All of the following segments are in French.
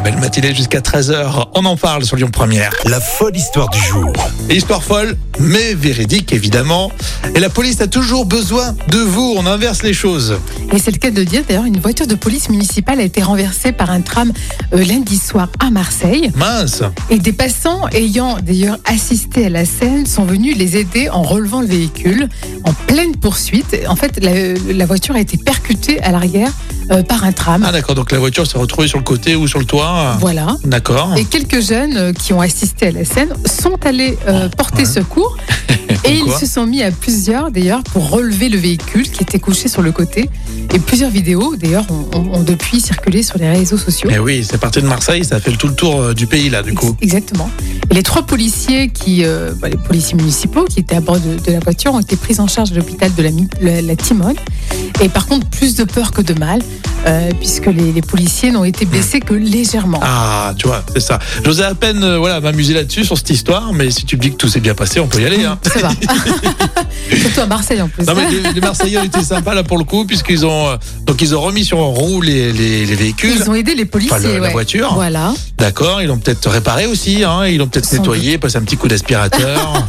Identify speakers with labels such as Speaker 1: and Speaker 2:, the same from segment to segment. Speaker 1: belle Eh ben, matinée jusqu'à 13h. On en parle sur Lyon Première.
Speaker 2: La folle histoire du jour.
Speaker 1: Et Histoire folle, mais véridique évidemment. Et la police a toujours besoin de vous. On inverse les choses.
Speaker 3: Et c'est le cas de le dire, d'ailleurs, une voiture de police municipale a été renversée par un tram euh, lundi soir à Marseille.
Speaker 1: Mince.
Speaker 3: Et des passants ayant d'ailleurs assisté à la scène sont venus les aider en relevant le véhicule en pleine poursuite. En fait, la, la voiture a été percutée à l'arrière euh, par un tram.
Speaker 1: Ah d'accord. Donc la voiture s'est retrouvée sur le côté ou sur le toit.
Speaker 3: Voilà.
Speaker 1: D'accord.
Speaker 3: Et quelques jeunes euh, qui ont assisté à la scène sont allés euh, porter
Speaker 1: Ah. ouais.
Speaker 3: secours et ils
Speaker 1: quoi
Speaker 3: se sont mis à plusieurs d'ailleurs pour relever le véhicule qui était couché sur le côté. Et plusieurs vidéos d'ailleurs ont, ont- ont depuis circulé sur les réseaux sociaux.
Speaker 1: Mais oui, c'est parti de Marseille. Ça fait le tout le tour euh, du pays là du
Speaker 3: Ex-
Speaker 1: coup.
Speaker 3: Exactement. Et les trois policiers qui, euh, bah, les policiers municipaux qui étaient à bord de, de la voiture ont été pris en charge à l'hôpital de la, Mi- la, la Timone. Et par contre, plus de peur que de mal, euh, puisque les, les policiers n'ont été blessés que légèrement.
Speaker 1: Ah, tu vois, c'est ça. J'osais à peine euh, voilà, m'amuser là-dessus sur cette histoire, mais si tu me dis que tout s'est bien passé, on peut y aller. Hein.
Speaker 3: Ça va. Surtout à Marseille en plus.
Speaker 1: Non mais les, les Marseillais ont été sympas là pour le coup puisqu'ils ont euh, donc ils ont remis sur roue les, les, les véhicules,
Speaker 3: Ils ont aidé les policiers.
Speaker 1: enfin le- la
Speaker 3: ouais.
Speaker 1: voiture.
Speaker 3: Voilà.
Speaker 1: D'accord, ils l'ont peut-être réparé aussi, hein, ils l'ont peut-être
Speaker 3: Sans
Speaker 1: nettoyé, passé un petit coup d'aspirateur.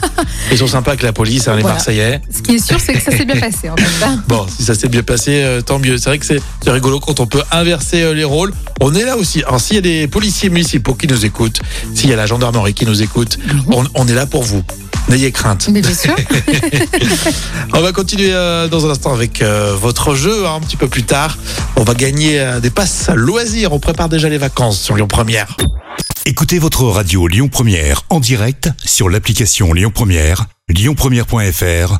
Speaker 1: ils sont sympas avec la police, hein, les
Speaker 3: Voilà.
Speaker 1: Marseillais.
Speaker 3: Ce qui est sûr, c'est que ça s'est bien passé. En fait.
Speaker 1: Bon, si ça s'est bien passé, euh, tant mieux. C'est vrai que c'est c'est rigolo quand on peut inverser euh, les rôles. On est là aussi. Alors s'il y a des policiers municipaux qui nous écoutent, s'il y a la gendarmerie qui nous écoute, on, on est là pour vous. N'ayez crainte.
Speaker 3: Mais bien sûr.
Speaker 1: On va continuer euh, dans un instant avec euh, votre jeu hein, un petit peu plus tard. On va gagner euh, des passes loisirs. On prépare déjà les vacances sur Lyon Première.
Speaker 2: Écoutez votre radio Lyon Première en direct sur l'application Lyon Première, lyonpremière.fr